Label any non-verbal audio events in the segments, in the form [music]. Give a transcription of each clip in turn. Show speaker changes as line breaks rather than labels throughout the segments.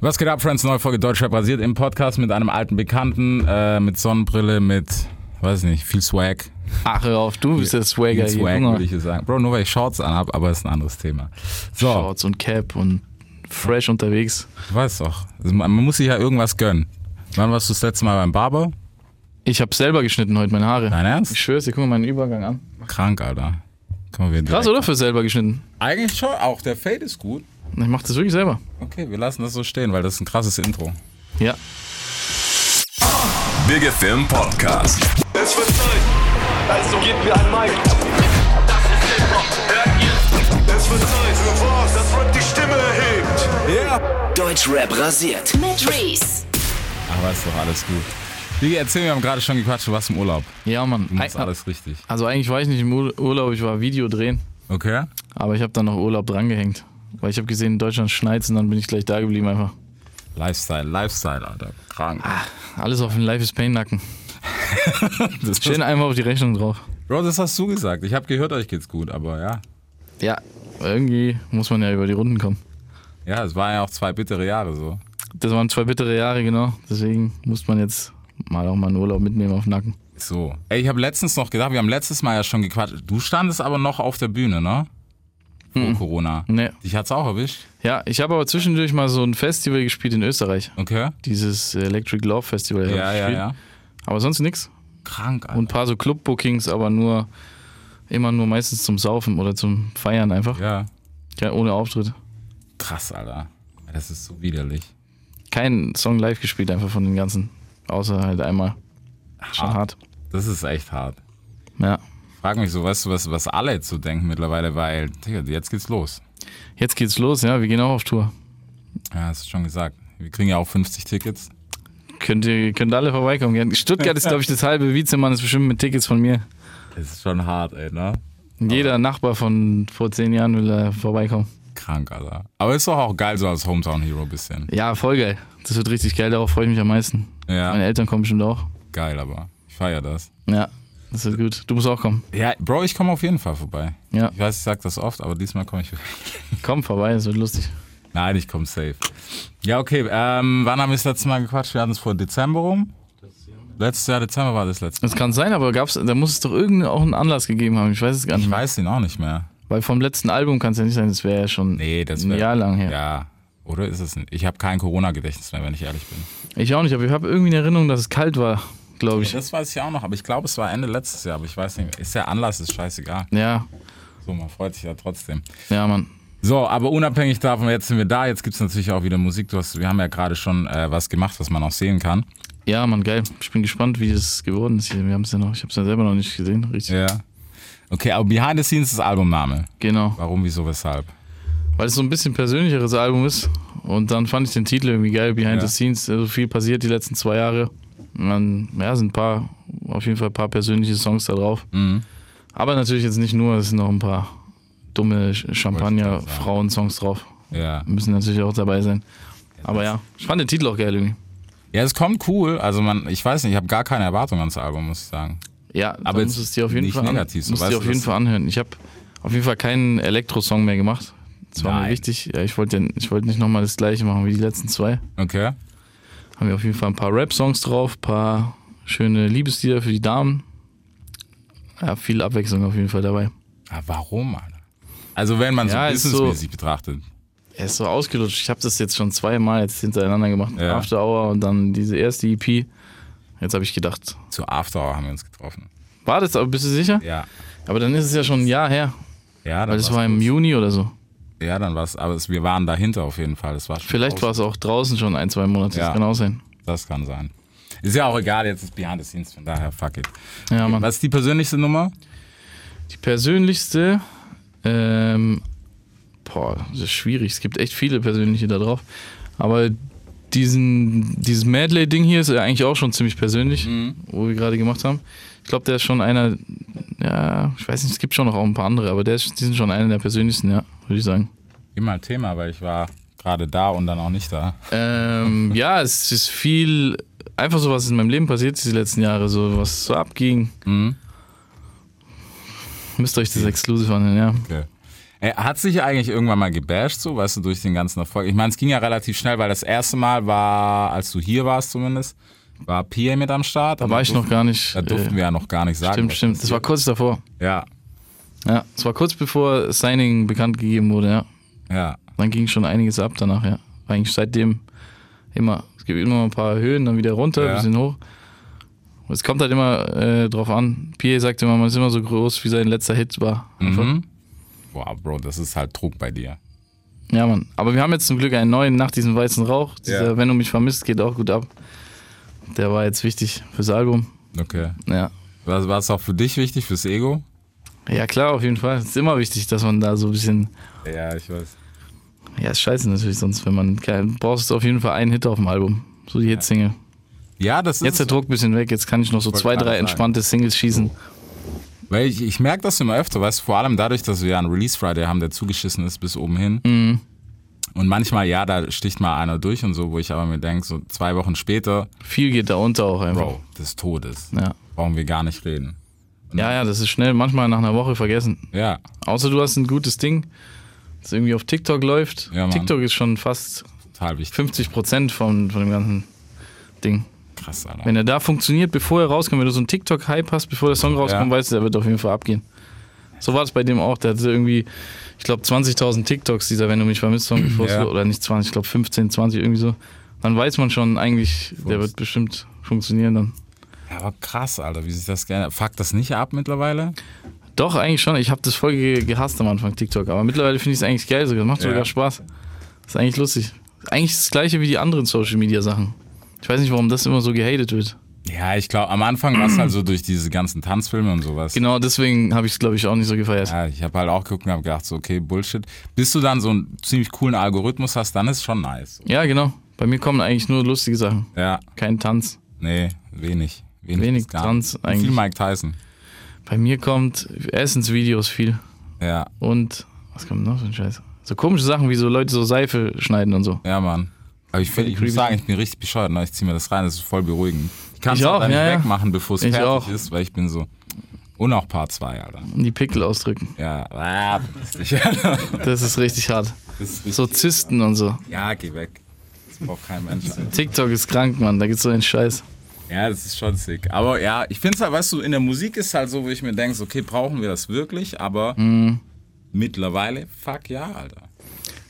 Was geht ab, Friends? Neue Folge Deutschrap basiert im Podcast mit einem alten Bekannten, äh, mit Sonnenbrille, mit, weiß nicht, viel Swag.
Ach, hör auf, du bist der Swagger
Viel
hier.
Swag,
guck mal.
würde ich jetzt sagen. Bro, nur weil ich Shorts anhab, aber ist ein anderes Thema. So,
Shorts und Cap und fresh unterwegs.
weiß doch. Also Man man muss sich ja irgendwas gönnen. Wann warst du das letzte Mal beim Barber?
Ich habe selber geschnitten heute meine Haare.
Dein
Ich
Ernst?
schwör's dir, guck mal meinen Übergang an.
Krank, Alter. Komm, wir
Krass, oder? Für selber geschnitten.
Eigentlich schon, auch der Fade ist gut.
Ich mach das wirklich selber.
Okay, wir lassen das so stehen, weil das ist ein krasses Intro.
Ja.
Big FM Podcast.
Es wird Zeit. Also gebt mir ein Mic. Es wird Zeit für was? Das Rap die Stimme erhebt.
Deutschrap rasiert.
Mit Reese.
Aber ist doch alles gut. Digi, erzähl mir, wir haben gerade schon gequatscht, du warst im Urlaub.
Ja, Mann.
Du machst
Ein-
alles richtig.
Also eigentlich war ich nicht im Ur- Urlaub, ich war Video drehen,
Okay?
aber ich habe dann noch Urlaub drangehängt. Weil ich habe gesehen, in Deutschland schneit's und dann bin ich gleich da geblieben einfach.
Lifestyle, Lifestyle, Alter. Krank.
Ah, Alles auf den Life is Pain Nacken.
Das
Schön einfach auf die Rechnung drauf.
Bro, das hast du gesagt. Ich habe gehört, euch geht's gut, aber ja.
Ja. Irgendwie muss man ja über die Runden kommen.
Ja, es waren ja auch zwei bittere Jahre so.
Das waren zwei bittere Jahre, genau. Deswegen muss man jetzt mal auch mal einen Urlaub mitnehmen auf den Nacken.
So. Ey, ich habe letztens noch gedacht, wir haben letztes Mal ja schon gequatscht. Du standest aber noch auf der Bühne, ne? Vor Corona.
Hm. Nee.
Dich hat's auch erwischt.
Ja, ich habe aber zwischendurch mal so ein Festival gespielt in Österreich.
Okay?
Dieses Electric Love Festival. habe
Ja,
ich
ja,
gespielt.
ja.
Aber sonst nix.
Krank, Alter.
Und ein paar so Club-Bookings, aber nur immer nur meistens zum Saufen oder zum Feiern einfach.
ja.
Ja, ohne Auftritt.
Krass, Alter. Das ist so widerlich.
Kein Song live gespielt einfach von den ganzen. Außer halt einmal. Schon hart.
Das ist echt hart.
Ja.
Frag mich so, weißt du, was, was alle jetzt so denken mittlerweile, weil, Digga, jetzt geht's los.
Jetzt geht's los, ja. Wir gehen auch auf Tour.
Ja, hast du schon gesagt. Wir kriegen ja auch 50 Tickets.
Könnt ihr könnt alle vorbeikommen. Stuttgart ist, glaube ich, das halbe Wiezemann ist bestimmt mit Tickets von mir.
Es ist schon hart, ey, ne?
Jeder Nachbar von vor zehn Jahren will da vorbeikommen.
Krank, Alter. Aber ist doch auch geil so als Hometown Hero bisschen.
Ja, voll geil. Das wird richtig geil, darauf freue ich mich am meisten. Meine
Ja,
Eltern kommen bestimmt auch.
geil, aber ich feier das.
Ja, das wird gut. Du musst auch kommen.
Ja, Bro, ich komme auf jeden Fall vorbei.
Ja,
Ich weiß, ich sag das oft, aber diesmal komme ich.
komm vorbei, es wird lustig.
[laughs] Nein, ich komme safe. Ja, okay. Ähm, wann haben wir das letzte Mal gequatscht? Wir hatten es vor Dezember rum. Letztes Jahr Dezember war das letzte.
Das kann sein, aber gab's, da muss es doch irgendeinen auch einen Anlass gegeben haben. Ich weiß es gar nicht.
Ich
mehr.
weiß ihn auch nicht mehr.
Weil vom letzten Album kann es ja nicht sein, das wäre ja schon
Nee, das
ein
wär-
Jahr lang her.
Ja. Oder ist es nicht? Ich habe kein Corona-Gedächtnis mehr, wenn ich ehrlich bin.
Ich auch nicht, aber ich habe irgendwie eine Erinnerung, dass es kalt war, glaube ich.
Das weiß ich auch noch, aber ich glaube, es war Ende letztes Jahr, aber ich weiß nicht mehr. Ist der Anlass, ist scheißegal.
Ja,
So, man freut sich ja trotzdem.
ja, Mann.
So, aber unabhängig davon, jetzt sind wir da. Jetzt gibt es natürlich auch wieder Musik. Du hast, wir haben ja gerade schon äh, was gemacht, was man auch sehen kann.
Ja, Mann, geil. Ich bin gespannt, wie das geworden ist hier. Wir haben es ja noch, ich habe es ja selber noch nicht gesehen, richtig.
Ja. Okay, aber Behind the Scenes ist Albumname.
Genau.
Warum, wieso, weshalb?
weil es so ein bisschen persönlicheres Album ist. Und dann fand ich den Titel irgendwie geil, Behind
Ja.
the Scenes. Also viel passiert die letzten zwei Jahre. Und dann, ja, sind ein paar, auf jeden Fall ein paar persönliche Songs da drauf.
Mhm.
Aber natürlich jetzt nicht nur, es sind noch ein paar dumme Sch- Champagner-Frauen-Songs drauf.
Ja.
Müssen natürlich auch dabei sein. Aber ja, ich fand den Titel auch geil irgendwie.
Ja, es kommt cool. Also man, ich weiß nicht, ich habe gar keine Erwartung ans Album, muss ich sagen.
Ja,
Aber
aber
jetzt
musst du es dir auf jeden
nicht
Fall, an, musst
negativ, so,
du
weißt
dir auf
du,
jeden
das-
Fall anhören. Ich habe auf jeden Fall keinen Elektro-Song mehr gemacht. Das war
Nein.
mir wichtig. Ja, ich wollte ich wollte nicht nochmal das gleiche machen wie die letzten zwei.
Okay.
haben wir auf jeden Fall ein paar Rap-Songs drauf, paar schöne Liebeslieder für die Damen. Ja, viel Abwechslung auf jeden Fall dabei.
Ja, Ah, warum, Alter? Also wenn man
Ja,
so
ist so-
businessmäßig betrachtet.
Er ist so ausgelutscht. Ich habe das jetzt schon zweimal jetzt hintereinander gemacht.
Ja.
After Hour und dann diese erste EP. Jetzt habe ich gedacht,
Zu After Hour haben wir uns getroffen.
war das, aber bist du sicher?
Ja.
Aber dann ist es ja schon ein Jahr her,
Ja, dann
weil das
war's
war im
gut.
Juni oder so.
Ja, dann war's. Aber es, wir waren dahinter auf jeden Fall. Das war schon
Vielleicht war es auch draußen schon ein, zwei Monate.
Ja.
Das kann auch sein.
Das kann sein. Ist ja auch egal, jetzt ist Behind the Scenes, von daher fuck it.
Ja, Mann.
Was ist die persönlichste Nummer?
Die persönlichste, ähm, boah, das ist schwierig. Es gibt echt viele persönliche da drauf. Aber diesen, dieses Medley-Ding hier ist ja eigentlich auch schon ziemlich persönlich, wo wir gerade gemacht haben. Ich glaube, der ist schon einer, ja, ich weiß nicht, es gibt schon noch auch ein paar andere, aber der ist, die sind schon einer der persönlichsten, ja, würde ich sagen.
Immer Thema, weil ich war gerade da und dann auch nicht da.
[laughs] Ähm, ja, es ist viel, einfach so, was in meinem Leben passiert ist die letzten Jahre, so was so Mhm. abging. Müsst ihr euch das exklusiv anhören, ja.
Okay. Er hat sich eigentlich irgendwann mal gebasht, so, weißt du, durch den ganzen Erfolg. Ich meine, es ging ja relativ schnell, weil das erste Mal war, als du hier warst zumindest, war PA mit am Start.
Da war ich noch gar nicht.
Da durften
äh,
wir ja noch gar nicht sagen.
stimmt,
was-
stimmt. Das war kurz davor.
Ja,
Ja, es war kurz bevor Signing bekannt gegeben wurde, ja.
ja.
Dann ging schon einiges ab danach, ja. Eigentlich seitdem immer. Es gibt immer ein paar Höhen, dann wieder runter,
Ja.
ein bisschen hoch. Es kommt halt immer äh, drauf an. Pierre sagt immer, man ist immer so groß, wie sein letzter Hit war.
Mhm. Wow, Bro, das ist halt Druck bei dir.
Ja, Mann. Aber wir haben jetzt zum Glück einen neuen nach diesem weißen Rauch. Dieser
Ja.
Wenn du mich vermisst, geht auch gut ab. Der war jetzt wichtig fürs Album.
Okay.
Ja.
Was war es auch für dich wichtig, fürs Ego?
Ja, klar, auf jeden Fall. Es ist immer wichtig, dass man da so ein bisschen.
Ja, ich weiß.
Ja, ist scheiße natürlich sonst, wenn man. kein- Brauchst du auf jeden Fall einen Hit auf dem Album. So die Hit-Single.
Ja, das
Jetzt
ist.
der Druck ein bisschen weg, jetzt kann ich noch so
Wollte
zwei,
gerade
drei
sagen.
entspannte Singles schießen.
Weil ich, ich merke das immer öfter, weißt du, vor allem dadurch, dass wir ja einen Release Friday haben, der zugeschissen ist bis oben hin.
Mhm.
Und manchmal, ja, da sticht mal einer durch und so, wo ich aber mir denke, so zwei Wochen später,
Viel geht da unter auch einfach.
Bro, des Todes.
Ja.
Brauchen wir gar nicht reden.
ja, ja, das ist schnell, manchmal nach einer Woche vergessen.
Ja,
Außer du hast ein gutes Ding, das irgendwie auf TikTok läuft.
Ja, Mann.
TikTok ist schon fast
total wichtig.
50% von, von dem ganzen Ding.
Krass, Alter.
Wenn er da funktioniert, bevor er rauskommt, wenn du so einen TikTok-Hype hast, bevor der Song rauskommt,
Ja.
weißt du, der wird auf jeden Fall abgehen. So war es bei dem auch. Der hatte irgendwie, ich glaube, 20.000 TikToks, dieser Wenn du mich vermisst Song, bevor es-
Ja.
oder nicht 20, ich glaube 15, 20, irgendwie so. Dann weiß man schon eigentlich, der wird bestimmt funktionieren dann.
Ja, aber krass, Alter, wie sich das gerne. Fuck das nicht ab mittlerweile?
Doch, eigentlich schon. Ich habe das voll ge- gehasst am Anfang, TikTok. Aber mittlerweile finde ich es eigentlich geil sogar. Macht
Ja.
sogar Spaß. Ist eigentlich lustig. Ist eigentlich das gleiche wie die anderen Social-Media-Sachen. Ich weiß nicht, warum das immer so gehatet wird.
Ja, ich glaube, am Anfang war es halt so durch diese ganzen Tanzfilme und sowas.
Genau deswegen habe ich es, glaube ich, auch nicht so gefeiert.
Ja, ich habe halt auch geguckt und habe gedacht, so, okay, Bullshit. Bis du dann so einen ziemlich coolen Algorithmus hast, dann ist schon nice.
Ja, genau. Bei mir kommen eigentlich nur lustige Sachen.
Ja,
Kein Tanz.
nee, wenig. Wenig,
Wenig
bis gar
Tanz
nicht. Viel
eigentlich.
Mike Tyson.
Bei mir kommt Essensvideos viel.
Ja,
Und was kommt noch für ein Scheiß? So komische Sachen wie so Leute so Seife schneiden und so.
ja, Mann. Aber ich, find, ich muss
creepy.
sagen, ich bin richtig bescheuert. Ne? Ich ziehe mir das rein, das ist voll beruhigend. Ich kann es
Ich auch,
dann nicht
ja, ja.
wegmachen, bevor es
Ich
fertig
auch.
ist, weil ich bin so. Und auch Part 2, Alter.
Und die Pickel ausdrücken.
Ja, ah, [laughs] das ist nicht- das
Das ist richtig hart.
ist richtig.
So Zysten und so.
Ja, geh weg. Das braucht kein Mensch. Alter.
TikTok ist krank, Mann. Da gibt's so einen Scheiß.
Ja, das ist schon sick. Aber ja, ich finde es halt, weißt du, in der Musik ist halt so, wo ich mir denke, okay, brauchen wir das wirklich? Aber
Mhm.
mittlerweile, fuck ja, Alter.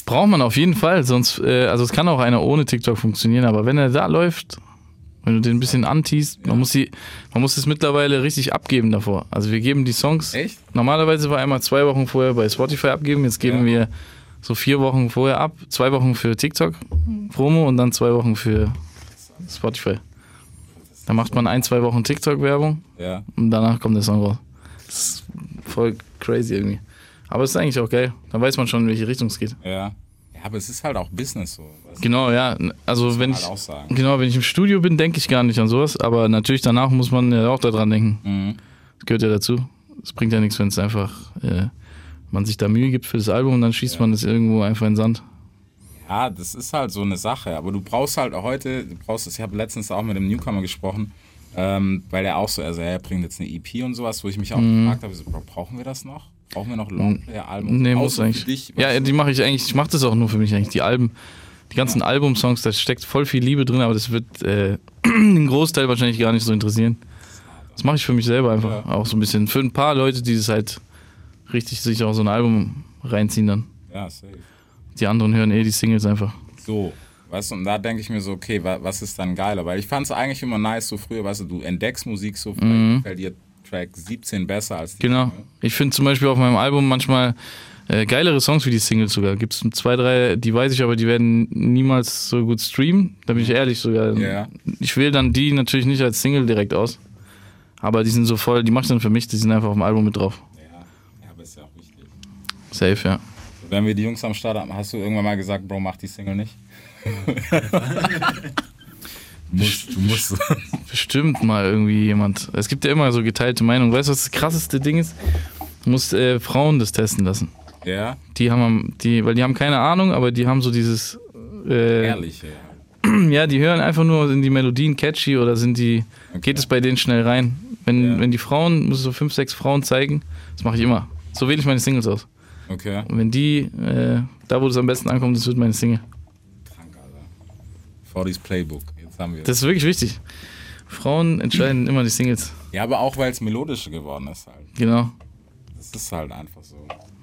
Braucht man auf jeden Fall, sonst, äh, also es kann auch einer ohne TikTok funktionieren, aber wenn er da läuft, wenn du den ein bisschen antiest, man muss die, man muss es mittlerweile richtig abgeben davor. Also wir geben die Songs.
Echt?
Normalerweise war einmal zwei Wochen vorher bei Spotify abgeben, jetzt geben
Ja.
wir so vier Wochen vorher ab, zwei Wochen für TikTok Promo und dann zwei Wochen für Spotify. Da macht man ein, zwei Wochen TikTok-Werbung
Ja.
und danach kommt der Song raus. Das ist voll crazy irgendwie. Aber es ist eigentlich auch geil. Dann weiß man schon, in welche Richtung es geht.
Ja. Ja, aber es ist halt auch Business so. Weißt du?
Genau, ja. Also wenn
halt
ich
auch sagen.
genau, wenn ich im Studio bin, denke ich gar nicht an sowas. Aber natürlich danach muss man ja auch daran denken. Das gehört ja dazu. Es bringt ja nichts, wenn es einfach äh, man sich da Mühe gibt für das Album und dann schießt man es irgendwo einfach in den Sand.
Ja, das ist halt so eine Sache. Aber du brauchst halt auch heute, du brauchst es, ich habe letztens auch mit dem Newcomer gesprochen, ähm, weil er auch so, also er bringt jetzt eine EP und sowas, wo ich mich auch
Mhm.
gefragt habe, so, Bro, brauchen wir das noch? Brauchen wir noch Longplayer-Alben?
Nee,
Außer
muss
für
eigentlich.
Dich,
ja,
weißt
ja,
du?
die mache ich eigentlich. Ich mache das auch nur für mich eigentlich. Die Alben, die ganzen Albumsongs, da steckt voll viel Liebe drin, aber das wird äh, [clears throat] den Großteil wahrscheinlich gar nicht so interessieren. Das mache ich für mich selber einfach. Auch so ein bisschen. Für ein paar Leute, die das halt richtig sich auch so ein Album reinziehen dann.
ja safe.
Die anderen hören eh die Singles einfach.
So. Weißt du, und da denke ich mir so, okay, wa was ist dann geiler? Weil ich fand es eigentlich immer nice, so früher, weißt du, du entdeckst Musik so, vielleicht gefällt dir Track 17 besser als die.
Genau. Ich finde zum Beispiel auf meinem Album manchmal äh, geilere Songs wie die Singles sogar. Gibt es zwei, drei, die weiß ich, aber die werden niemals so gut streamen. Da bin ich ehrlich sogar.
Ja.
Ich wähle dann die natürlich nicht als Single direkt aus. Aber die sind so voll, die mache ich dann für mich, die sind einfach auf dem Album mit drauf.
Ja, ja, aber ist ja auch wichtig.
Safe, ja.
Wenn wir die Jungs am Start haben, hast du irgendwann mal gesagt, Bro, mach die Single [laughs] nicht? du musst, du musst.
Bestimmt mal irgendwie jemand. Es gibt ja immer so geteilte Meinungen. Weißt du, was das krasseste Ding ist? Du musst äh, Frauen das testen lassen.
ja,
Die haben, am- die, weil die haben keine Ahnung, aber die haben so dieses. Äh,
ehrlich, ja.
Ja, die hören einfach nur, sind die Melodien catchy oder sind die, geht es bei denen schnell rein? Wenn,
Ja.
wenn die Frauen, muss ich so fünf, sechs Frauen zeigen, das mache ich immer. So wähle ich meine Singles aus.
Okay.
Und wenn die, äh, da wo das am besten ankommt, das wird meine Single.
Krank, Alter. 40s Playbook. Jetzt haben wir
Das ist wirklich wichtig. Frauen entscheiden immer die Singles.
Ja, aber auch weil es melodischer geworden ist halt.
Genau.
Das ist halt einfach so.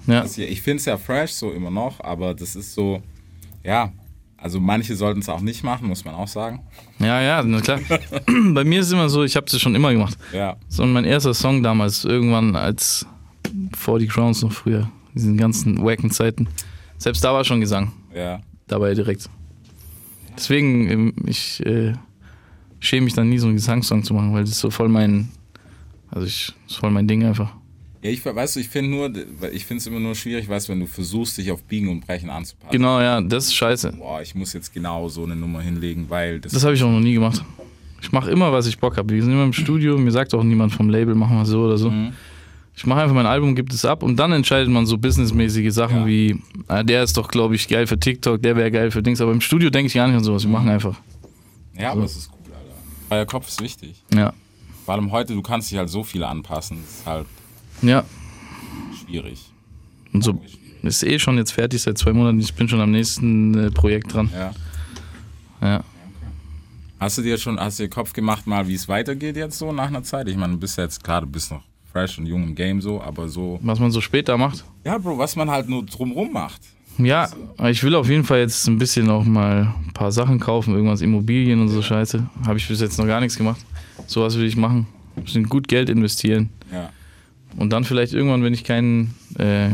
Ja.
Das hier, ich finde es ja fresh so immer noch, aber das ist so, ja. Also manche sollten es auch nicht machen, muss man auch sagen.
Ja, ja, na klar. Bei mir ist es immer so, ich habe es schon immer gemacht.
Ja.
So, und mein erster Song damals, irgendwann als 40 Crowns noch früher, diesen ganzen wacken Zeiten. Selbst da war schon Gesang,
Ja.
dabei direkt. Deswegen, ähm, ich äh, schäme mich dann nie, so einen Gesangssong zu machen, weil das ist so voll mein, also ich, das ist voll mein Ding einfach.
Ja, ich weißt du, ich finde nur, ich finde es immer nur schwierig, weißt du, wenn du versuchst, dich auf Biegen und Brechen anzupassen.
Genau, ja, das ist scheiße.
Boah, ich muss jetzt genau so eine Nummer hinlegen, weil das,
Das habe ich auch noch nie gemacht. Ich mache immer, was ich Bock habe. Wir sind immer im Studio, mir sagt auch niemand vom Label, machen wir so oder so. Ich mache einfach mein Album, gibt es ab und dann entscheidet man so businessmäßige Sachen
Ja.
wie, ah, der ist doch, glaube ich, geil für TikTok, der wäre geil für Dings. Aber im Studio denke ich gar nicht an sowas. Wir machen einfach.
ja, aber es ist gut, Alter. Freier Kopf ist wichtig.
Ja.
Vor allem heute, du kannst dich halt so viel anpassen, das ist halt
Ja.
schwierig.
Und so ist eh schon jetzt fertig seit zwei Monaten. Ich bin schon am nächsten äh, Projekt dran.
Ja.
Ja.
Hast du dir schon, hast du dir Kopf gemacht mal, wie es weitergeht jetzt so nach einer Zeit? Ich meine, du bist ja jetzt, klar, du bist noch fresh und jung im Game so, aber so.
Was man so später macht.
Ja, Bro, was man halt nur drumrum macht.
Ja, aber ich will auf jeden Fall jetzt ein bisschen auch mal ein paar Sachen kaufen, irgendwas Immobilien und so Scheiße. Habe ich bis jetzt noch gar nichts gemacht. Sowas will ich machen. Ein bisschen gut Geld investieren.
Ja.
Und dann vielleicht irgendwann, wenn ich keinen, äh,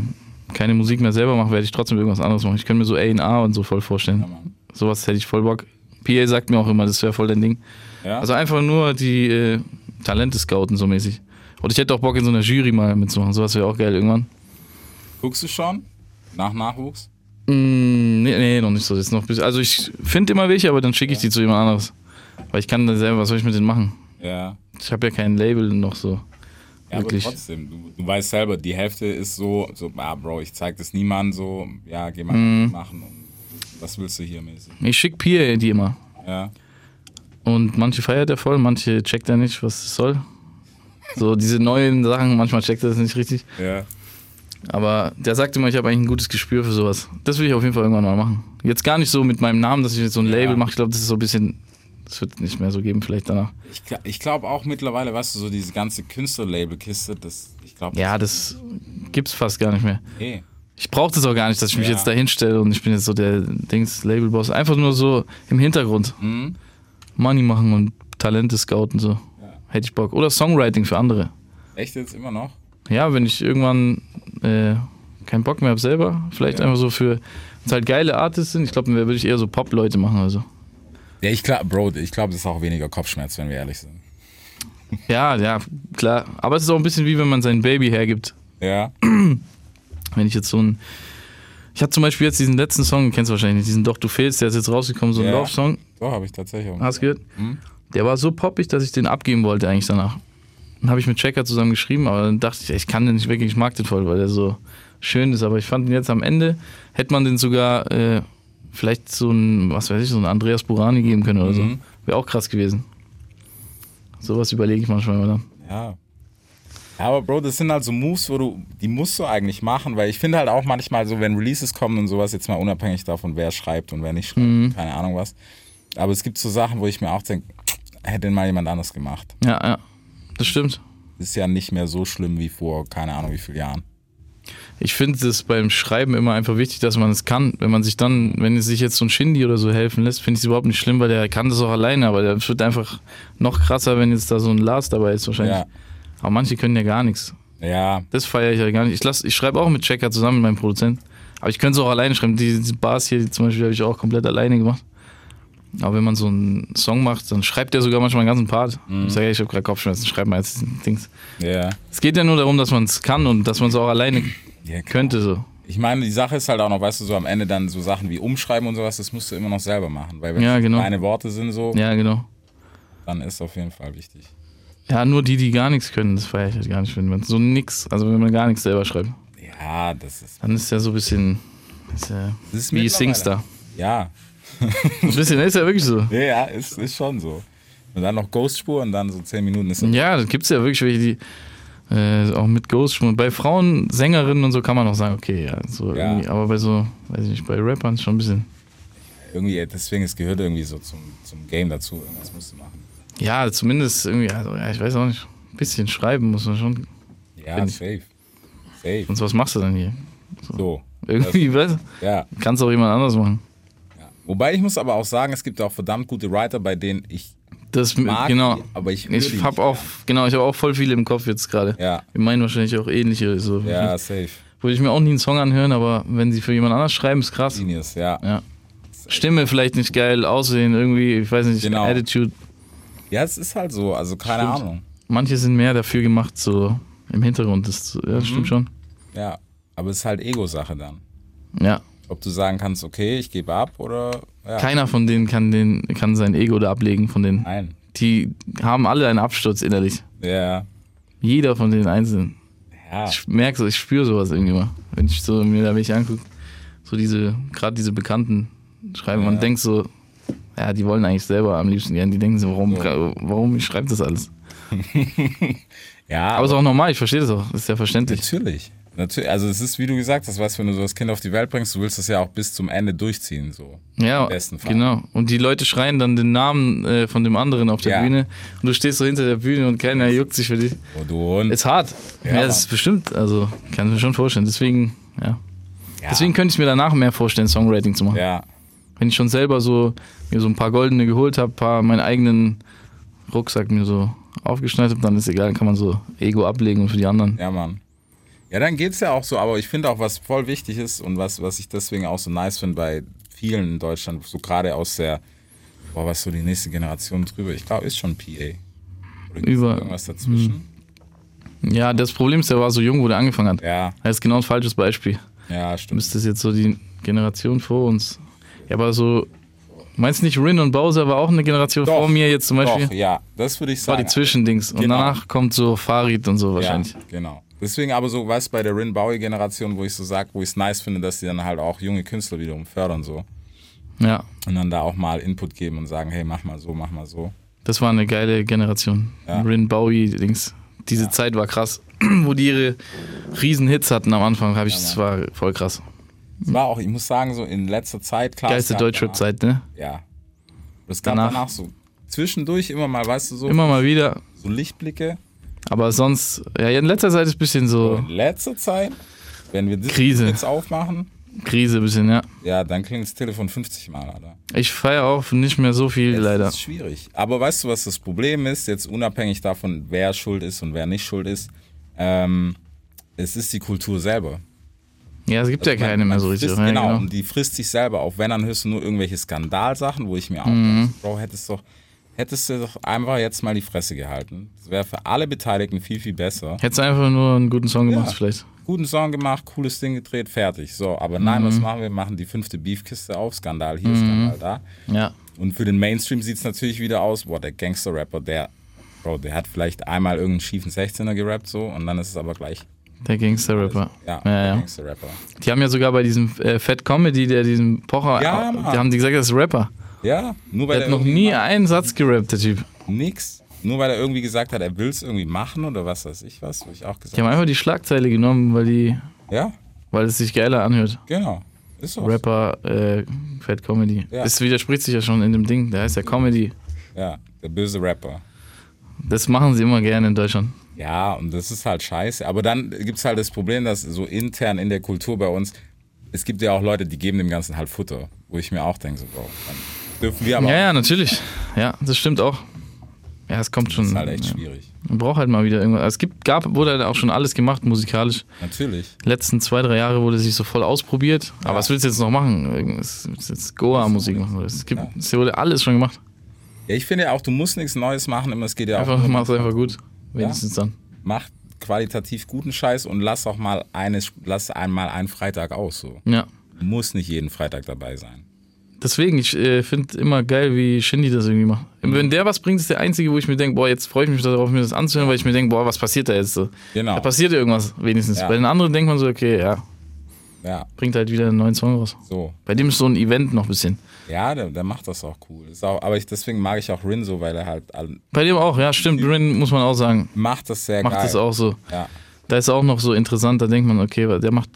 keine Musik mehr selber mache, werde ich trotzdem irgendwas anderes machen. Ich könnte mir so A&R und so voll vorstellen.
Mann.
Sowas hätte ich voll Bock. PA sagt mir auch immer, das wäre voll dein Ding.
Ja.
Also einfach nur die äh, Talente scouten so mäßig. Und ich hätte auch Bock in so einer Jury mal mitzumachen. Sowas wäre auch geil irgendwann.
Guckst du schon? Nach Nachwuchs?
Mm, nee, nee, noch nicht so. Jetzt noch ein bisschen. Also ich finde immer welche, aber dann schicke ich die zu jemand anderes. Weil ich kann dann selber, was soll ich mit denen machen?
Ja.
Ich habe ja kein Label noch so.
Ja, aber
Wirklich.
trotzdem, du, du weißt selber, die Hälfte ist so, so, ah, Bro, ich zeig das niemandem so, ja, geh mal
Mhm.
machen und was willst du hier mäßig?
Ich schicke Pierre die immer.
Ja.
Und manche feiert er voll, manche checkt er nicht, was es soll. So diese neuen Sachen, manchmal checkt er das nicht richtig.
Ja.
Aber der sagt immer, ich habe eigentlich ein gutes Gespür für sowas. Das will ich auf jeden Fall irgendwann mal machen. Jetzt gar nicht so mit meinem Namen, dass ich jetzt so ein Label mache. Ich glaube, das ist so ein bisschen. Das wird nicht mehr so geben, vielleicht danach.
Ich, gl- ich glaube auch mittlerweile, weißt du, so diese ganze Künstlerlabel-Kiste, das, ich glaube,
Ja, das gibt's fast gar nicht mehr.
okay.
Ich brauche das auch gar nicht, dass ich mich
Ja.
jetzt da hinstelle und ich bin jetzt so der Dings Labelboss. Einfach nur so im Hintergrund. Money machen und Talente scouten so. Hätte ich Bock. Oder Songwriting für andere.
echt jetzt immer noch?
Ja, wenn ich irgendwann äh, keinen Bock mehr habe selber, vielleicht einfach so für, wenn halt geile Artists sind, ich glaube, dann würde ich eher so Pop-Leute machen oder so.
Ja, ich glaube, Bro, ich glaube, das ist auch weniger Kopfschmerz, wenn wir ehrlich sind.
Ja, ja, klar. Aber es ist auch ein bisschen wie wenn man sein Baby hergibt.
Ja.
Wenn ich jetzt so ein. Ich hatte zum Beispiel jetzt diesen letzten Song, kennst du wahrscheinlich nicht, diesen Doch, du fehlst, der ist jetzt rausgekommen, so ein
Ja. Hm.
Love-Song.
So habe ich tatsächlich. auch-
Hast du gehört? Der war so poppig, dass ich den abgeben wollte eigentlich danach. Dann habe ich mit Checker zusammen geschrieben, aber dann dachte ich, ich kann den nicht wirklich, ich mag den voll, weil der so schön ist. Aber ich fand ihn jetzt am Ende, hätte man den sogar äh, vielleicht so ein, was weiß ich, so ein Andreas Burani geben können oder
Mhm.
so. Wäre auch krass gewesen. Sowas überlege ich manchmal mal dann.
Ja. Ja, Aber Bro, das sind halt so Moves, wo du, die musst du eigentlich machen, weil ich finde halt auch manchmal so, wenn Releases kommen und sowas, jetzt mal unabhängig davon, wer schreibt und wer nicht schreibt,
Mhm.
keine Ahnung was. Aber es gibt so Sachen, wo ich mir auch denke, hätte denn mal jemand anders gemacht.
Ja, ja, das stimmt.
Ist ja nicht mehr so schlimm wie vor, keine Ahnung wie vielen Jahren.
Ich finde es beim Schreiben immer einfach wichtig, dass man es kann. Wenn man sich dann, wenn es sich jetzt so ein Shindy oder so helfen lässt, finde ich es überhaupt nicht schlimm, weil der kann das auch alleine, aber der wird einfach noch krasser, wenn jetzt da so ein Lars dabei ist wahrscheinlich.
Ja.
Aber manche können ja gar nichts.
Ja,
Das feiere ich ja gar nicht. Ich, lass- ich schreibe auch mit Checker zusammen mit meinem Produzenten. Aber ich könnte es auch alleine schreiben. Die, die Bars hier die zum Beispiel habe ich auch komplett alleine gemacht. Aber wenn man so einen Song macht, dann schreibt der sogar manchmal einen ganzen Part. Ich sage, ich habe gerade Kopfschmerzen, schreib mal jetzt Dings.
ja.
Es geht ja nur darum, dass man es kann und dass man es auch alleine
ja klar.
könnte so.
Ich meine, die Sache ist halt auch noch, weißt du, so am Ende dann so Sachen wie umschreiben und sowas, das musst du immer noch selber machen, weil wenn
Ja,
es
genau.
meine Worte sind so,
Ja, genau.
dann ist auf jeden Fall wichtig.
Ja, nur die, die gar nichts können, das feiere ich halt gar nicht, wenn man so nix, also wenn man gar nichts selber schreibt,
Ja, das ist,
dann ist ja so ein bisschen ist ja
das ist
wie
mittlerweile-
Singstar.
Ja,
Ein bisschen, ist ja wirklich so.
Ja, ja, ist, ist schon so. Und dann noch Ghostspur und dann so 10 Minuten ist
Ja, da gibt's ja wirklich welche, die Äh, auch mit Ghost schon. Bei Frauen, Sängerinnen und so kann man noch sagen, okay, ja, so
Ja.
irgendwie. Aber bei so, weiß ich nicht, bei Rappern ist schon ein bisschen.
Irgendwie, deswegen, es gehört irgendwie so zum, zum Game dazu. Irgendwas musst du machen.
Ja, zumindest irgendwie, also, ja, ich weiß auch nicht. Ein bisschen schreiben muss man schon.
Ja,
Bin ich.
safe. Safe.
Sonst was machst du dann hier?
So.
Irgendwie, [laughs] weißt du?
Ja.
Kannst auch jemand anders machen.
Wobei ich muss aber auch sagen, es gibt auch verdammt gute Writer, bei denen ich
Das
mag,
genau.
die, aber ich höre die
Ich hab
nicht.
auch, genau, ich habe auch voll viele im Kopf jetzt gerade.
Ja.
Wir meinen wahrscheinlich auch ähnliche. So.
Ja, safe.
Würde ich mir auch nie einen Song anhören, aber wenn sie für jemand anders schreiben, ist krass.
Genius, ja.
Ja. Stimme vielleicht nicht geil, Aussehen irgendwie, ich weiß nicht,
Genau.
Attitude.
Ja, es ist halt so, also keine
Stimmt.
Ahnung.
Manche sind mehr dafür gemacht, so im Hintergrund. Das, ja,
Mhm.
stimmt schon.
Ja, aber es ist halt Ego-Sache dann.
Ja.
Ob du sagen kannst, okay, ich gebe ab oder ja,
Keiner von denen kann, den, kann sein Ego da ablegen von denen.
nein.
Die haben alle einen Absturz innerlich.
Ja,
Jeder von den Einzelnen.
ja,
Ich merke so, ich spüre sowas irgendwie mal, wenn ich so mir da mich angucke. So diese, gerade diese Bekannten schreiben, man
Ja.
denkt so, ja, die wollen eigentlich selber am liebsten gerne. Die denken so, warum, warum ich schreibe das alles?
ja.
Aber
Aber
ist auch normal, ich verstehe das auch, ist ja verständlich.
natürlich. Natürlich, also es ist, wie du gesagt hast, weißt, du, wenn du so das Kind auf die Welt bringst, du willst das ja auch bis zum Ende durchziehen, so.
Ja,
besten Fall.
genau. Und die Leute schreien dann den Namen äh, von dem anderen auf der
Ja.
Bühne und du stehst so hinter der Bühne und keiner juckt sich für dich.
Oh, du Hund.
Ist hart. Ja,
Ja,
das
Mann.
ist bestimmt, also kann ich mir schon vorstellen. Deswegen, ja.
ja.
Deswegen könnte ich mir danach mehr vorstellen, Songwriting zu machen.
Ja,
wenn ich schon selber so mir so ein paar goldene geholt habe, paar meinen eigenen Rucksack mir so aufgeschnallt habe, dann ist egal, kann man so Ego ablegen und für die anderen.
ja, Mann. Ja, dann geht's ja auch so, aber ich finde auch, was voll wichtig ist und was, was ich deswegen auch so nice finde bei vielen in Deutschland, so gerade aus der, boah, was so die nächste Generation drüber, ich glaube, ist schon PA. Oder gibt's
Über-
irgendwas dazwischen?
Hm. Ja, das Problem ist, der war so jung, wo der angefangen hat.
Ja,
Das ist genau ein falsches Beispiel.
ja, stimmt.
Müsste es jetzt so die Generation vor uns. Ja, aber so, meinst du nicht, Rin und Bowser war auch eine Generation
Doch,
vor mir jetzt zum Beispiel?
Doch, ja, das würde ich
War
sagen.
die Zwischendings. Und
Genau.
danach kommt so Farid und so wahrscheinlich.
Ja, genau. Deswegen aber so, weißt du, bei der Rin Bowie-Generation, wo ich so sage, wo ich es nice finde, dass die dann halt auch junge Künstler wiederum fördern so
Ja,
und dann da auch mal Input geben und sagen, hey, mach mal so, mach mal so.
das war eine geile Generation.
Ja.
Rin Bowie, Dings. Diese Zeit war krass, [clears throat] wo die ihre riesen Hits hatten am Anfang, habe ich, das war voll krass.
Es war auch, ich muss sagen, so in letzter Zeit, klar. es
Geilste
gab
Deutschrap-Zeit, ne?
danach- Ja. Es gab
Danach.
danach. so zwischendurch immer mal, weißt du, so,
Immer mal wieder.
so Lichtblicke.
Aber sonst, ja, in letzter Zeit ist ein bisschen so
In letzter Zeit, wenn wir das
Krise.
jetzt aufmachen,
Krise, ein bisschen, ja.
ja, dann klingt das Telefon 50 Mal, Alter.
Ich feiere auch nicht mehr so viel,
Es
leider.
ist schwierig. Aber weißt du, was das Problem ist? Jetzt unabhängig davon, wer schuld ist und wer nicht schuld ist, ähm, es ist die Kultur selber.
Ja, es gibt ja
Man-
keine mehr
man
so richtig.
frisst,
ja,
also genau,
genau.
und die frisst sich selber auf. Wenn, dann hörst du nur irgendwelche Skandalsachen, wo ich mir auch
Mhm.
denke, Bro, hättest doch, hättest du doch einfach jetzt mal die Fresse gehalten. Das wäre für alle Beteiligten viel, viel besser.
Hättest du einfach nur einen guten Song gemacht,
Ja.
vielleicht.
Guten Song gemacht, cooles Ding gedreht, fertig. So, aber nein,
Mhm.
was machen wir? Wir machen die fünfte Beefkiste auf, Skandal hier, Skandal da.
Ja.
Und für den Mainstream sieht es natürlich wieder aus, boah, der Gangster-Rapper, der, Bro, der hat vielleicht einmal irgendeinen schiefen 16er gerappt, so, und dann ist es aber gleich,
Der Gangster-Rapper.
ja,
ja,
der
ja.
Gangster-Rapper.
Die haben ja sogar bei diesem äh, Fat Comedy, der diesen Pocher,
Ja,
die
Mann.
haben die gesagt, das ist Rapper.
Ja, nur weil er
Der hat noch
irgendwie
nie
macht
einen Satz gerappt, der Typ.
nix, nur weil er irgendwie gesagt hat, er will es irgendwie machen oder was weiß ich was, wo ich auch
Die
gesagt
haben
habe.
einfach die Schlagzeile genommen, weil die,
Ja,
weil es sich geiler anhört.
genau, ist so.
Rapper, äh, Fat Comedy.
Ja.
Das widerspricht sich ja schon in dem Ding. Da heißt ja Comedy.
Ja, der böse Rapper.
Das machen sie immer gerne in Deutschland.
Ja, und das ist halt scheiße. Aber dann gibt es halt das Problem, dass so intern in der Kultur bei uns, es gibt ja auch Leute, die geben dem Ganzen halt Futter, wo ich mir auch denke, so, Bro, dann dürfen wir aber
Ja,
auch,
ja, natürlich. Ja, das stimmt auch. Ja, es kommt schon.
das ist halt echt
ja.
schwierig.
Man braucht halt mal wieder irgendwas. Es gibt, gab, wurde halt auch schon alles gemacht musikalisch.
Natürlich.
Die letzten zwei, drei Jahre wurde sich so voll ausprobiert. Aber was willst du jetzt noch machen? Irgend- Es es ist jetzt Goa-Musik machen. Es, gibt,
Ja.
es wurde alles schon gemacht.
Ja, ich finde ja auch, du musst nichts Neues machen, immer es geht ja
Einfach, [laughs]
auch.
mach's einfach gut. Wenigstens dann.
Mach qualitativ guten Scheiß und lass auch mal eines, lass einmal einen Freitag aus. So.
Ja.
Du musst nicht jeden Freitag dabei sein.
Deswegen, ich äh, finde immer geil, wie Shindy das irgendwie macht. Wenn der was bringt, ist der Einzige, wo ich mir denke, boah, jetzt freue ich mich darauf, mir das anzuhören, weil ich mir denke, boah, was passiert da jetzt so?
Genau.
Da passiert irgendwas wenigstens.
Ja.
Bei den anderen denkt man so, okay, ja,
Ja,
Bringt halt wieder einen neuen Song raus.
so.
Bei dem ist so ein Event noch ein bisschen.
Ja, der, der macht das auch cool. Ist auch, aber ich, deswegen mag ich auch Rin so, weil er halt all-
Bei dem auch, ja, stimmt. Rin muss man auch sagen.
macht das sehr
Macht
geil.
das auch so.
Ja,
Da ist auch noch so interessant, da denkt man, okay, wa- der macht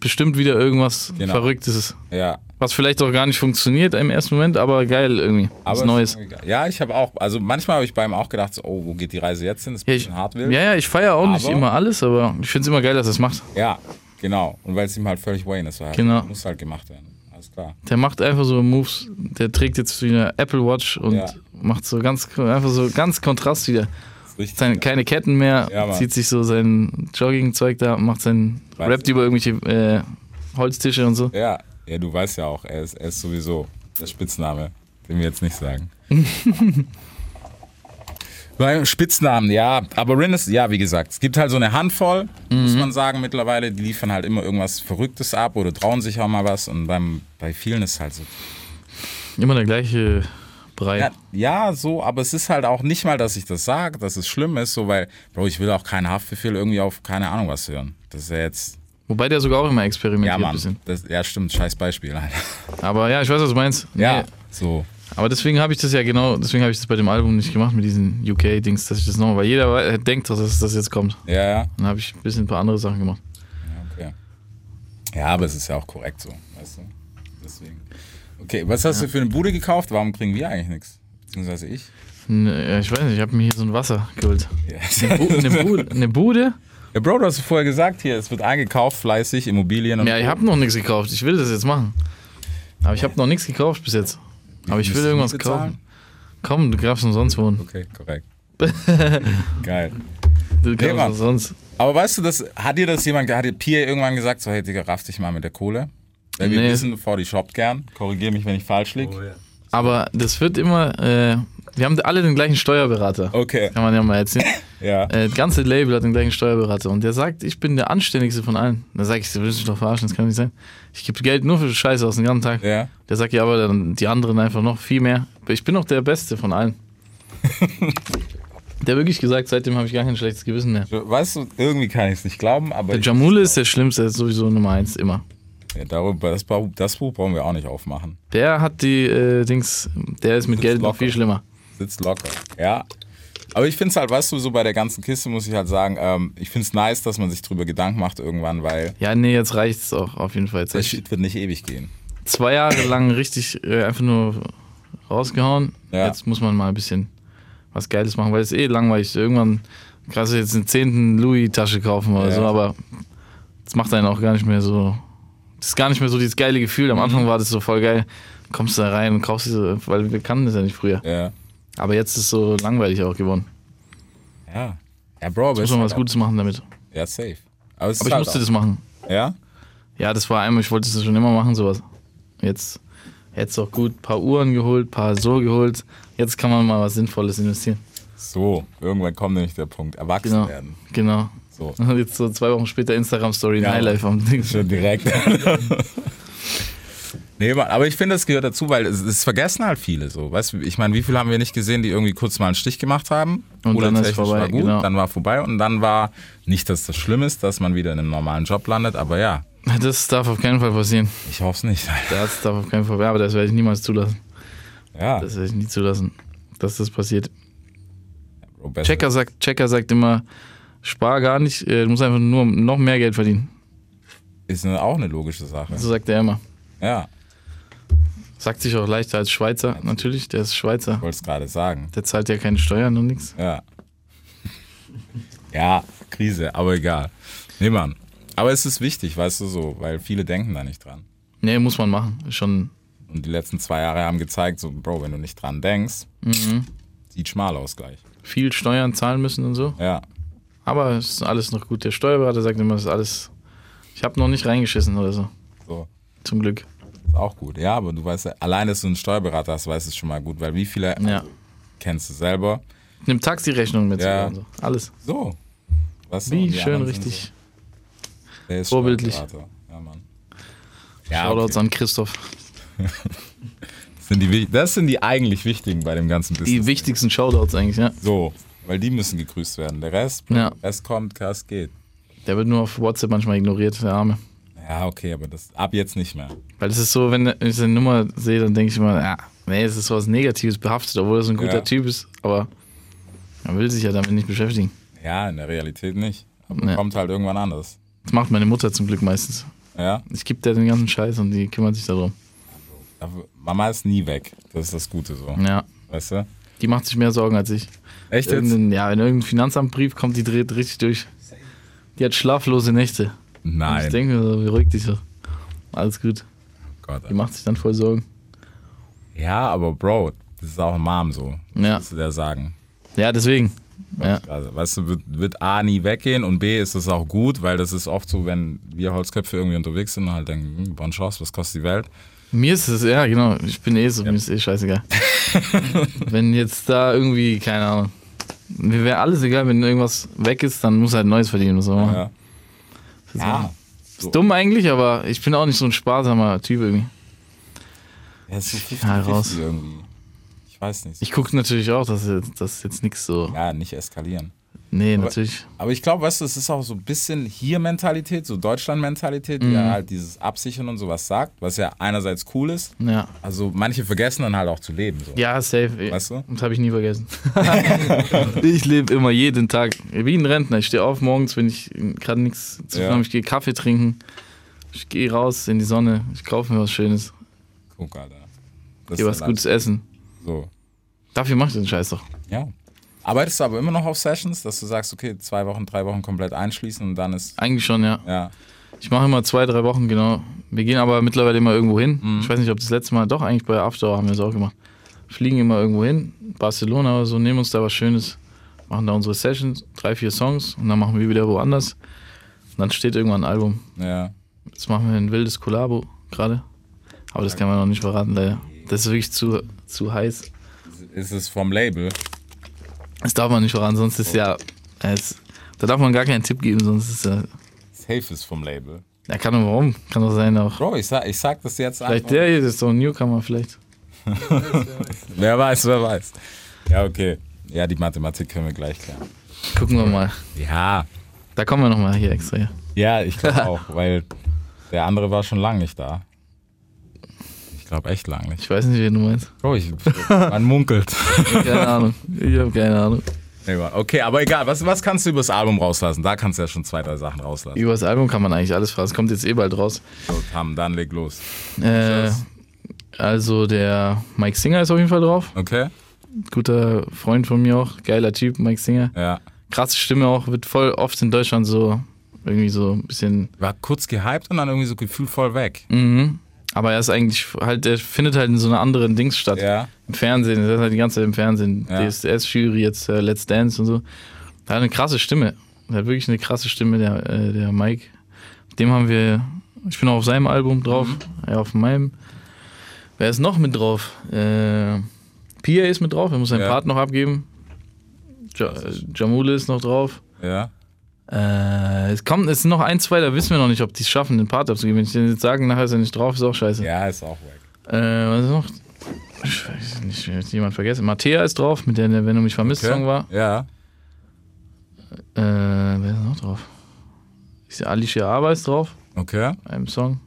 bestimmt wieder irgendwas
Genau.
Verrücktes.
ja.
Was vielleicht auch gar nicht funktioniert im ersten Moment, aber geil irgendwie.
Aber
was
es
Neues.
ist irgendwie geil. Ja, ich habe auch, also manchmal habe ich bei ihm auch gedacht, so, oh, wo geht die Reise jetzt hin? Das ist ein
Ja, ich,
bisschen hart
ja,
will.
ja, ich feiere auch nicht
Aber-
immer alles, aber ich finde es immer geil, dass er es macht.
Ja, genau. Und weil es ihm halt völlig Wayne ist. War halt,
Genau.
Muss halt gemacht werden. Alles klar.
Der macht einfach so Moves. Der trägt jetzt wieder Apple Watch und
Ja.
macht so ganz einfach so ganz Kontrast wieder.
Ist richtig.
Seine, keine Ketten mehr,
Ja, Mann.
zieht sich so sein Joggingzeug da, macht seinen,
Weiß
rappt
ich.
über irgendwelche äh, Holztische und so.
ja. ja, du weißt ja auch, er ist, er ist sowieso der Spitzname, den wir jetzt nicht sagen. [laughs] Weil Spitznamen, ja. Aber Rin ist, ja, wie gesagt, es gibt halt so eine Handvoll, muss man sagen, mittlerweile. Die liefern halt immer irgendwas Verrücktes ab oder trauen sich auch mal was. Und beim, bei vielen ist es halt so.
Immer der gleiche Brei.
Ja, ja, so, aber es ist halt auch nicht mal, dass ich das sage, dass es schlimm ist, so, weil, Bro, ich will auch keinen Haftbefehl irgendwie auf keine Ahnung was hören. Das ist ja jetzt.
Wobei der sogar auch immer experimentiert
Ja,
ein
Mann.
bisschen.
Das, ja, stimmt, scheiß Beispiel. Alter.
Aber ja, ich weiß, was du meinst.
Ja,
Nee,
so.
aber deswegen habe ich das ja genau, deswegen habe ich das bei dem Album nicht gemacht mit diesen UK-Dings, dass ich das nochmal, weil jeder wei- äh, denkt, dass das- das jetzt kommt.
Ja, ja.
Dann habe ich ein bisschen ein paar andere Sachen gemacht.
Okay. Ja, aber es ist ja auch korrekt so, weißt du? Deswegen. Okay, was hast du für eine Bude gekauft? Warum kriegen wir eigentlich nichts? Beziehungsweise ich.
Nee, äh, ich weiß nicht, ich habe mir hier so ein Wasser geholt.
Ja.
Eine Bude? Eine Bude?
ja, Bro, du hast vorher gesagt, hier, es wird eingekauft, fleißig, Immobilien und
Ja, ich habe noch nichts gekauft. Ich will das jetzt machen. Aber ich habe noch nichts gekauft bis jetzt. Aber ich will
Müsst ihr
irgendwas
bezahlen?
kaufen. Komm, du kaufst umsonst wohnen.
Okay, korrekt. [laughs] Geil.
Du kaufst
Mann.
umsonst.
Aber weißt du, das, hat dir das jemand, hat dir Pierre irgendwann gesagt, so, hey Digga, raff dich mal mit der Kohle? Weil wir
Nee. Oh,
wissen, Fordi shoppt gern. Korrigiere mich, wenn ich falsch lieg.
Aber das wird immer. Äh, wir haben alle den gleichen Steuerberater.
Okay,
Kann man ja mal erzählen.
ja.
Äh, das ganze Label hat den gleichen Steuerberater. Und der sagt, ich bin der anständigste von allen. Da sage ich, du willst mich doch verarschen, das kann nicht sein. Ich gebe Geld nur für Scheiße aus den ganzen Tag.
Ja.
Der sagt ja, aber dann die anderen einfach noch viel mehr. Aber Ich bin doch der Beste von allen. der hat wirklich gesagt, seitdem habe ich gar kein schlechtes Gewissen mehr.
Weißt du, irgendwie kann ich es nicht glauben, aber
Der Jamule ist der Schlimmste, der ist sowieso Nummer eins immer.
ja, darüber, das, Buch- das Buch brauchen wir auch nicht aufmachen.
Der hat die äh, Dings, der ist mit
Sitzt
Geld noch
locker.
viel schlimmer.
Sitzt locker. Ja. Aber ich finde es halt, weißt du, so bei der ganzen Kiste muss ich halt sagen, ähm, ich finde es nice, dass man sich drüber Gedanken macht irgendwann, weil
Ja, nee, jetzt reicht's auch auf jeden Fall. Jetzt
der
hab ich
Shit wird nicht ewig gehen.
zwei Jahre lang richtig äh, einfach nur rausgehauen.
Ja.
Jetzt muss man mal ein bisschen was Geiles machen, weil es eh langweilig ist. Irgendwann kannst du jetzt eine zehnten Louis-Tasche kaufen oder
Ja.
so, aber das macht einen auch gar nicht mehr so. Das ist gar nicht mehr so dieses geile Gefühl. Am
Mhm.
Anfang war das so voll geil. Kommst da rein und kaufst diese, weil wir kannten das ja nicht früher.
Ja.
Aber jetzt ist es so langweilig auch geworden.
Ja. Ja, Bro, aber es
Muss man
ist
was
halt
Gutes machen damit.
auch- Ja, safe. Aber, es
Aber
ist
ich
halt
musste
auch,
das machen.
Ja?
Ja, das war einmal, ich wollte das schon immer machen, sowas. Jetzt hättest du auch gut ein paar Uhren geholt, ein paar so geholt. Jetzt kann man mal was Sinnvolles investieren.
So, irgendwann kommt nämlich der Punkt. Erwachsen
Genau.
werden.
Genau. [laughs]
So.
Und jetzt so zwei Wochen später Instagram-Story,
Ja.
ja, Highlife am Ding.
Schon direkt. [laughs] Nee, Mann, aber ich finde, das gehört dazu, weil es, es vergessen halt viele so. Weißt du, ich meine, wie viele haben wir nicht gesehen, die irgendwie kurz mal einen Stich gemacht haben?
Und dann
Kohle-technisch
ist vorbei,
war gut,
genau.
Dann war vorbei und dann war, nicht, dass das schlimm ist, dass man wieder in einem normalen Job landet, aber ja,
Das darf auf keinen Fall passieren.
ich hoffe es nicht. [laughs]
Das darf auf keinen Fall Ja, aber das werde ich niemals zulassen.
Ja,
Das werde ich nie zulassen, dass das passiert.
Bro, besser-
Checker sagt, Checker sagt immer, spar gar nicht, äh, du musst einfach nur noch mehr Geld verdienen.
ist eine, auch eine logische Sache.
So sagt er immer.
Ja,
Sagt sich auch leichter als Schweizer, natürlich, der ist Schweizer.
wollte es gerade sagen.
Der zahlt ja keine Steuern und nichts.
Ja. Ja, Krise, aber egal. Nee, Mann. Aber es ist wichtig, weißt du so, weil viele denken da nicht dran.
Nee, muss man machen. Ist Schon.
Und die letzten zwei Jahre haben gezeigt, so, Bro, wenn du nicht dran denkst,
Mhm.
sieht schmal aus gleich.
viel Steuern zahlen müssen und so.
Ja,
Aber es ist alles noch gut. Der Steuerberater sagt immer, es ist alles. Ich habe noch nicht reingeschissen oder so.
so.
Zum Glück.
Ist auch gut. Ja, aber du weißt, ja, allein, dass du einen Steuerberater hast, weißt du schon mal gut, weil wie viele
Ja.
kennst du selber?
Nimm Taxirechnung mit
Ja.
sogar und so. Alles.
So. Weißt du, und
Wie
die
schön,
anderen sind
richtig.
So, der ist
Vorbildlich.
Steuerberater. Ja, Mann. Ja,
Shoutouts
okay.
an Christoph.
Das sind die, wich- das sind die eigentlich wichtigen bei dem ganzen Business.
Die wichtigsten Shoutouts eigentlich, ja.
So, weil die müssen gegrüßt werden. Der Rest,
Ja.
es kommt, Kass geht.
Der wird nur auf WhatsApp manchmal ignoriert, der Arme.
Ja, okay, aber das ab jetzt nicht mehr.
Weil das ist so, wenn ich eine Nummer sehe, dann denke ich immer, ja, nee, es ist sowas Negatives behaftet, obwohl das ein guter
Ja.
Typ ist, aber man will sich ja damit nicht beschäftigen.
Ja, in der Realität nicht. Aber
Nee.
kommt halt irgendwann anders.
Das macht meine Mutter zum Glück meistens.
Ja,
Ich gebe der den ganzen Scheiß und die kümmert sich darum.
aber Mama ist nie weg. Das ist das Gute so.
Ja.
Weißt du?
Die macht sich mehr Sorgen als ich.
Echt jetzt?
Irgendein, ja, in irgendeinem Finanzamtbrief kommt, die dreht richtig durch. Die hat schlaflose Nächte. Und Ich
Nein.
denke mir so, beruhig dich doch. Alles gut.
Gott,
Die macht sich dann voll Sorgen.
ja, aber Bro, das ist auch ein Mom so.
Ja.
Musst du der sagen.
Ja, deswegen. Ja.
Also, weißt du, wird, wird A nie weggehen und B ist es auch gut, weil das ist oft so, wenn wir Holzköpfe irgendwie unterwegs sind und halt denken, hm, bonne Chance, was kostet die Welt?
Mir ist es, ja, genau. Ich bin eh so, mir ist eh scheißegal. [laughs] wenn jetzt da irgendwie, keine Ahnung. Mir wäre alles egal, wenn irgendwas weg ist, dann muss halt Neues verdienen. Was soll man machen?
Ja. Ja. So.
Ist dumm eigentlich, aber ich bin auch nicht so ein sparsamer Typ irgendwie.
Ja, ist so 50,
Ja, raus.
irgendwie. Ich weiß nicht.
Ich gucke natürlich auch, dass jetzt, dass jetzt nichts so.
ja, nicht eskalieren.
Nee, natürlich.
Aber ich glaube, weißt du, es ist auch so ein bisschen hier Mentalität, so Deutschland-Mentalität, die
Mhm.
ja halt dieses Absichern und sowas sagt, was ja einerseits cool ist.
Ja.
Also manche vergessen dann halt auch zu leben. So.
Ja, safe.
Weißt du?
Das habe ich nie vergessen. [laughs] ich lebe immer jeden Tag wie ein Rentner. Ich stehe auf morgens, wenn ich gerade nichts zu tun
Ja.
habe. Ich gehe Kaffee trinken. Ich gehe raus in die Sonne. Ich kaufe mir was Schönes.
Guck, Alter. Das
Gehe
ist
was
dann
Gutes essen.
So.
Dafür mache ich den Scheiß doch.
Ja. Arbeitest du aber immer noch auf Sessions, dass du sagst, okay, zwei Wochen, drei Wochen komplett einschließen und dann ist.
Eigentlich schon, ja.
Ja.
Ich mache immer zwei, drei Wochen, genau. Wir gehen aber mittlerweile immer irgendwo hin. Ich weiß nicht, ob das letzte Mal, doch eigentlich bei After haben wir es auch gemacht. Fliegen immer irgendwo hin, Barcelona oder so, nehmen uns da was Schönes, machen da unsere Sessions, drei, vier Songs und dann machen wir wieder woanders. Und dann steht irgendwann ein Album.
Ja.
Jetzt machen wir ein wildes Kollabo gerade. Aber das kann man noch nicht verraten, leider. Das ist wirklich zu, zu heiß.
Ist es vom Label?
Das darf man nicht verraten, sonst ist ja. äh, Es, da darf man gar keinen Tipp geben, sonst ist ja.
Safe ist vom Label.
Ja, kann doch warum? Kann doch sein auch.
Bro, ich sag, ich sag das jetzt
Vielleicht der hier das ist doch ein Newcomer, vielleicht.
Wer weiß, wer weiß. Ja, okay. Ja, die Mathematik können wir gleich klären.
Gucken wir mal.
Ja.
Da kommen wir nochmal hier extra. her.
Ja, ich
[laughs]
glaube auch, weil der andere war schon lang nicht da. Ich glaube echt lang nicht.
Ich weiß nicht, wen du meinst.
Bro,
[laughs]
ich, man munkelt.
Keine Ahnung. Ich habe keine Ahnung.
Okay, aber egal. Was, was kannst du über das Album rauslassen? Da kannst du ja schon zwei, drei Sachen rauslassen.
Über das Album kann man eigentlich alles fragen. Es kommt jetzt eh bald raus.
So, Tam, dann leg los.
Äh, also der Mike Singer ist auf jeden Fall drauf.
Okay?
Guter Freund von mir auch. Geiler Typ, Mike Singer.
Ja.
Krasse Stimme auch. Wird voll oft in Deutschland so irgendwie so ein bisschen.
War kurz gehypt und dann irgendwie so gefühlvoll weg.
Aber er ist eigentlich halt, er findet halt in so einer anderen Dings statt.
Ja.
im Fernsehen, das ist halt die ganze Zeit im Fernsehen,
Ja.
DSDS-Jury, jetzt äh, Let's Dance und so. Der hat eine krasse Stimme. Der hat wirklich eine krasse Stimme, der, äh, der Mike. Dem haben wir, ich bin auch auf seinem Album drauf,
Mhm.
er auf meinem. Wer ist noch mit drauf? Äh, Pia ist mit drauf, er muss seinen
Ja.
Part noch abgeben. Ja, äh, Jamule ist noch drauf.
Ja.
Äh, es kommt, es sind noch ein, zwei, da wissen wir noch nicht, ob die es schaffen, den Part abzugeben. Wenn ich den jetzt sage, nachher ist er nicht drauf, ist auch scheiße.
Ja, ist auch weg.
Äh, was ist noch? Ich weiß nicht, ich will jetzt jemand vergessen. Mattea ist drauf, mit der der Wenn du mich vermisst Song war.
Ja.
Äh, wer ist noch drauf? Ist ja Alicia Ava ist drauf,
Okay.
einem Song.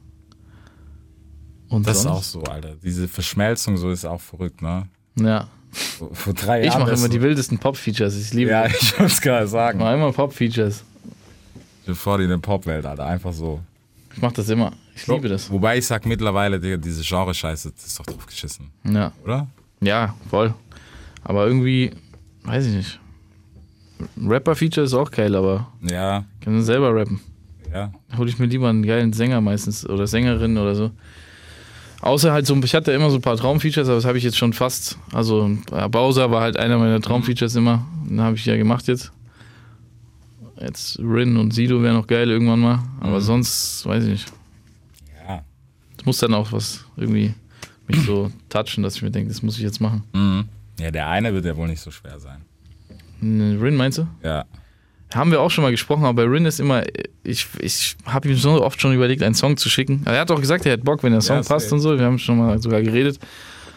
Und
Das ist auch
sonst?
so, Alter. Diese Verschmelzung so ist auch verrückt, ne?
Ja.
Vor, vor drei
Ich
Jahren.
mache
ist
immer die
so-
wildesten Pop-Features. Ich liebe
Ja, [laughs] ich muss gerade
Ich
sagen.
mache immer Pop-Features.
Bevor die in der Popwelt, Alter. Einfach so.
Ich mache das immer. Ich liebe das.
Wobei ich sag mittlerweile, Digga, diese Genre-Scheiße, das ist doch drauf geschissen,
Ja.
oder?
ja, voll. Aber irgendwie, weiß ich nicht. Rapper-Feature ist auch geil, aber
Ja,
kann man selber rappen.
ja.
hole ich mir lieber einen geilen Sänger meistens oder Sängerin oder so. Außer halt so, ich hatte immer so ein paar Traumfeatures, aber das habe ich jetzt schon fast. Also äh, Bowser war halt einer meiner Traumfeatures immer. Den habe ich ja gemacht jetzt. Jetzt Rin und Sido wäre noch geil irgendwann mal. Aber sonst, weiß ich nicht.
Ja.
Es muss dann auch was irgendwie mich so touchen, dass ich mir denke, das muss ich jetzt machen.
Ja, der eine wird ja wohl nicht so schwer sein.
N- Rin meinst du?
Ja.
Haben wir auch schon mal gesprochen, aber bei Rin ist immer, ich, ich habe ihm so oft schon überlegt, einen Song zu schicken. Er hat auch gesagt, er hat Bock, wenn der Song
Ja,
passt
safe.
und so. Wir haben schon mal sogar geredet.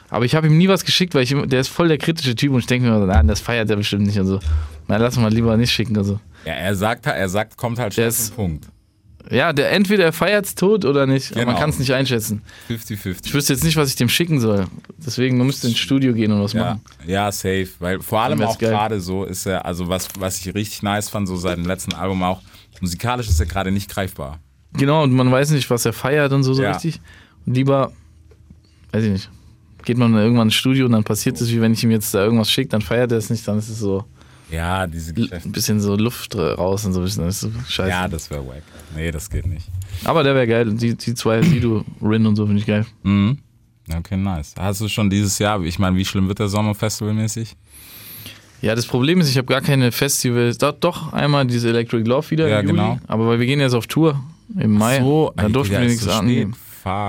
Aber ich habe ihm nie was geschickt, weil ich, immer- der ist voll der kritische Typ und ich denke mir, immer so, nein, das feiert er bestimmt nicht und so. Nein, lass mal lieber nicht schicken und so.
Ja, er sagt, er sagt, kommt halt schnell
Der ist-
zum Punkt.
Ja, der entweder er feiert's tot oder nicht. Aber man
Genau.
kann es nicht einschätzen.
50-50.
Ich wüsste jetzt nicht, was ich dem schicken soll. Deswegen, man müsste ins Studio gehen und was
Ja,
machen.
ja, safe. Weil vor allem
wär's
auch
geil.
gerade so ist er, also was, was ich richtig nice fand, so seit dem letzten Album auch, musikalisch ist er gerade nicht greifbar.
Genau, und man weiß nicht, was er feiert und so, so
Ja.
richtig. Und lieber, weiß ich nicht, geht man dann irgendwann ins Studio und dann passiert es, wie wenn ich ihm jetzt da irgendwas schicke, dann feiert er es nicht, dann ist es so
Ja, diese
l-
Geschäfte.
ein bisschen so Luft ra- raus und so ein bisschen. Das ist so scheiße.
Ja, das wäre wack. Nee, das geht nicht.
Aber der wäre geil. Die, die zwei, Sido, Rin und so, finde ich geil.
Okay, nice. Hast du schon dieses Jahr, ich meine, wie schlimm wird der Sommer festivalmäßig?
Ja, das Problem ist, ich habe gar keine Festivals. Doch, doch einmal dieses Electric Love wieder.
Ja,
im Juli.
genau.
Aber weil wir gehen jetzt auf Tour im Mai. da
ey,
durften
Digga,
wir
ist
nichts
so
annehmen.
spät. Ah.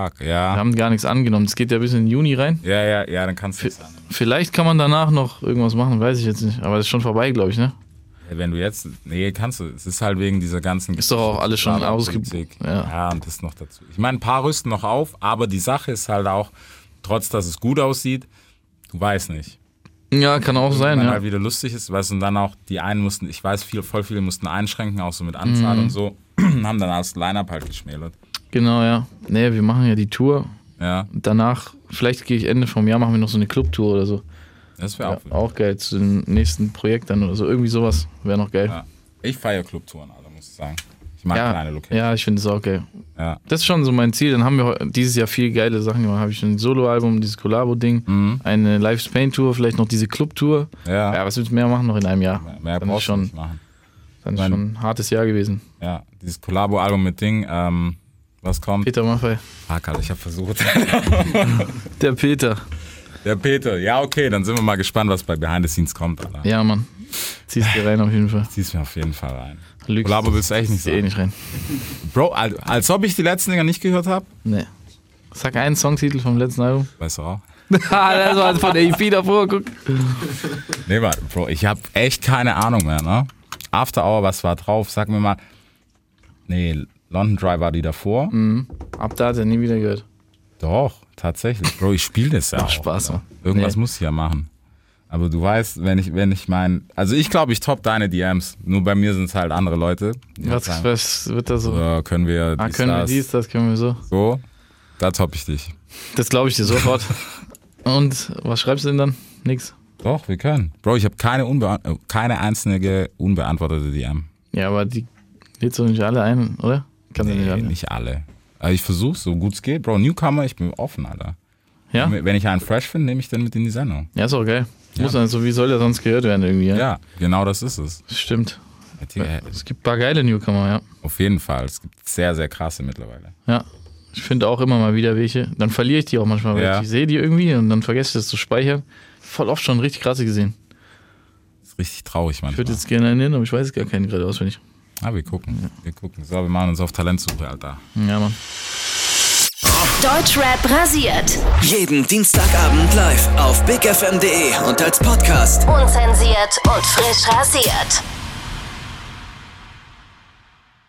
Fuck,
Wir
ja.
haben gar nichts angenommen. Es geht ja bis in den Juni rein.
Ja, ja, ja, dann kannst du
Vi-
es annehmen.
Vielleicht kann man danach noch irgendwas machen, weiß ich jetzt nicht. Aber das ist schon vorbei, glaube ich, ne?
Äh, Wenn du jetzt, nee, kannst du. Es ist halt wegen dieser ganzen.
Ist doch auch alles schon
Gerade
ausge-
Politik.
ja.
Ja. und das noch dazu. Ich meine, ein paar rüsten noch auf, aber die Sache ist halt auch, trotz dass es gut aussieht, du weißt nicht.
Ja, kann auch sein,
Wenn
ja.
halt wieder lustig ist, weißt du, und dann auch die einen mussten, ich weiß, viel, voll viele mussten einschränken, auch so mit
Mhm.
Anzahl und so, [clears throat] haben dann als Line-Up halt geschmälert.
Genau, ja. Nee, wir machen ja die Tour.
Ja,
Danach, vielleicht gehe ich Ende vom Jahr, machen wir noch so eine Clubtour oder so.
das wäre
Ja,
auch. wild.
auch geil zu dem nächsten Projekt dann oder so. Irgendwie sowas wäre noch geil.
Ja. Ich feiere Clubtouren, Alter, muss ich sagen. Ich mag
Ja,
kleine
ja,
Locations.
ich finde es auch geil.
Ja.
Das ist schon so mein Ziel. Dann haben wir heu- dieses Jahr viel geile Sachen gemacht. Habe ich ein Soloalbum, dieses Collabo-Ding, eine Live Spain Tour, vielleicht noch diese Club-Tour.
Mhm. Ja.
ja, was willst du mehr machen noch in einem Jahr?
Mehr
dann ist
brauchst du
schon,
nicht machen.
dann ist
Meine-
schon ein hartes Jahr gewesen.
Ja, dieses Collabo-Album mit Ding, ähm, was kommt?
Peter Maffei.
Fuck, Alter, ich habe versucht.
Der Peter.
Der Peter, ja, okay, dann sind wir mal gespannt, was bei Behind the Scenes kommt, Alter.
Ja, Mann. Ziehst dir rein auf jeden Fall.
Zieh's mir auf jeden Fall rein.
Lügst.
Collabo willst du echt nicht
Ziehst dir eh
sagen.
nicht rein.
Bro, als, als ob ich die letzten Dinger nicht gehört habe.
Nee. Sag einen Songtitel vom
[laughs]
letzten Album.
Weißt du auch?
ah, das war von AP davor. Guck.
Nee, warte, Bro, ich habe echt keine Ahnung mehr, ne? After Hour, was war drauf? Sag mir mal. Nee, London Dry war die davor.
Mhm. Ab da hat er nie wieder gehört.
Doch, tatsächlich. Bro, ich spiele das ja auch.
Spaß, Mann.
Irgendwas
Nee.
muss ich ja machen. Aber du weißt, wenn ich, wenn ich mein. Also ich glaube, ich top deine DMs. Nur bei mir sind es halt andere Leute. Die
Was,
sagen,
was wird da so?
"Ja, können wir
Ah, können wir dies, das können wir so.
So, da top ich dich.
Das glaube ich
[laughs]
dir sofort. Und was schreibst du denn dann? Nix.
Doch, wir können. Bro, ich habe keine, unbeant- äh, keine einzige unbeantwortete DM.
Ja, aber die lädst du nicht alle ein, oder? Kannst du nicht alle.
nicht alle. Aber ich versuche so gut es geht. Bro, Newcomer, ich bin offen, Alter.
Ja?
Wenn ich einen fresh finde, nehme ich den mit in die Sendung.
ja, ist auch geil. Muss dann so, wie soll der sonst gehört werden irgendwie? Ja.
Ja, genau das ist es.
Stimmt.
Äh,
Es gibt ein paar geile Newcomer, ja.
Auf jeden Fall. Es gibt sehr, sehr krasse mittlerweile.
Ja. Ich finde auch immer mal wieder welche. Dann verliere ich die auch manchmal, weil
Ja.
ich sehe die irgendwie und dann vergesse ich das zu speichern. Voll oft schon richtig krasse gesehen.
Das ist richtig traurig,
Ich
manchmal.
würde jetzt gerne einen nennen, aber ich weiß gar keinen gerade auswendig.
Ah, wir gucken. Wir gucken. So, wir machen uns auf Talentsuche, Alter.
Ja, Mann.
Deutschrap rasiert.
Jeden Dienstagabend live auf bigfm.de und als Podcast.
Unzensiert und frisch rasiert.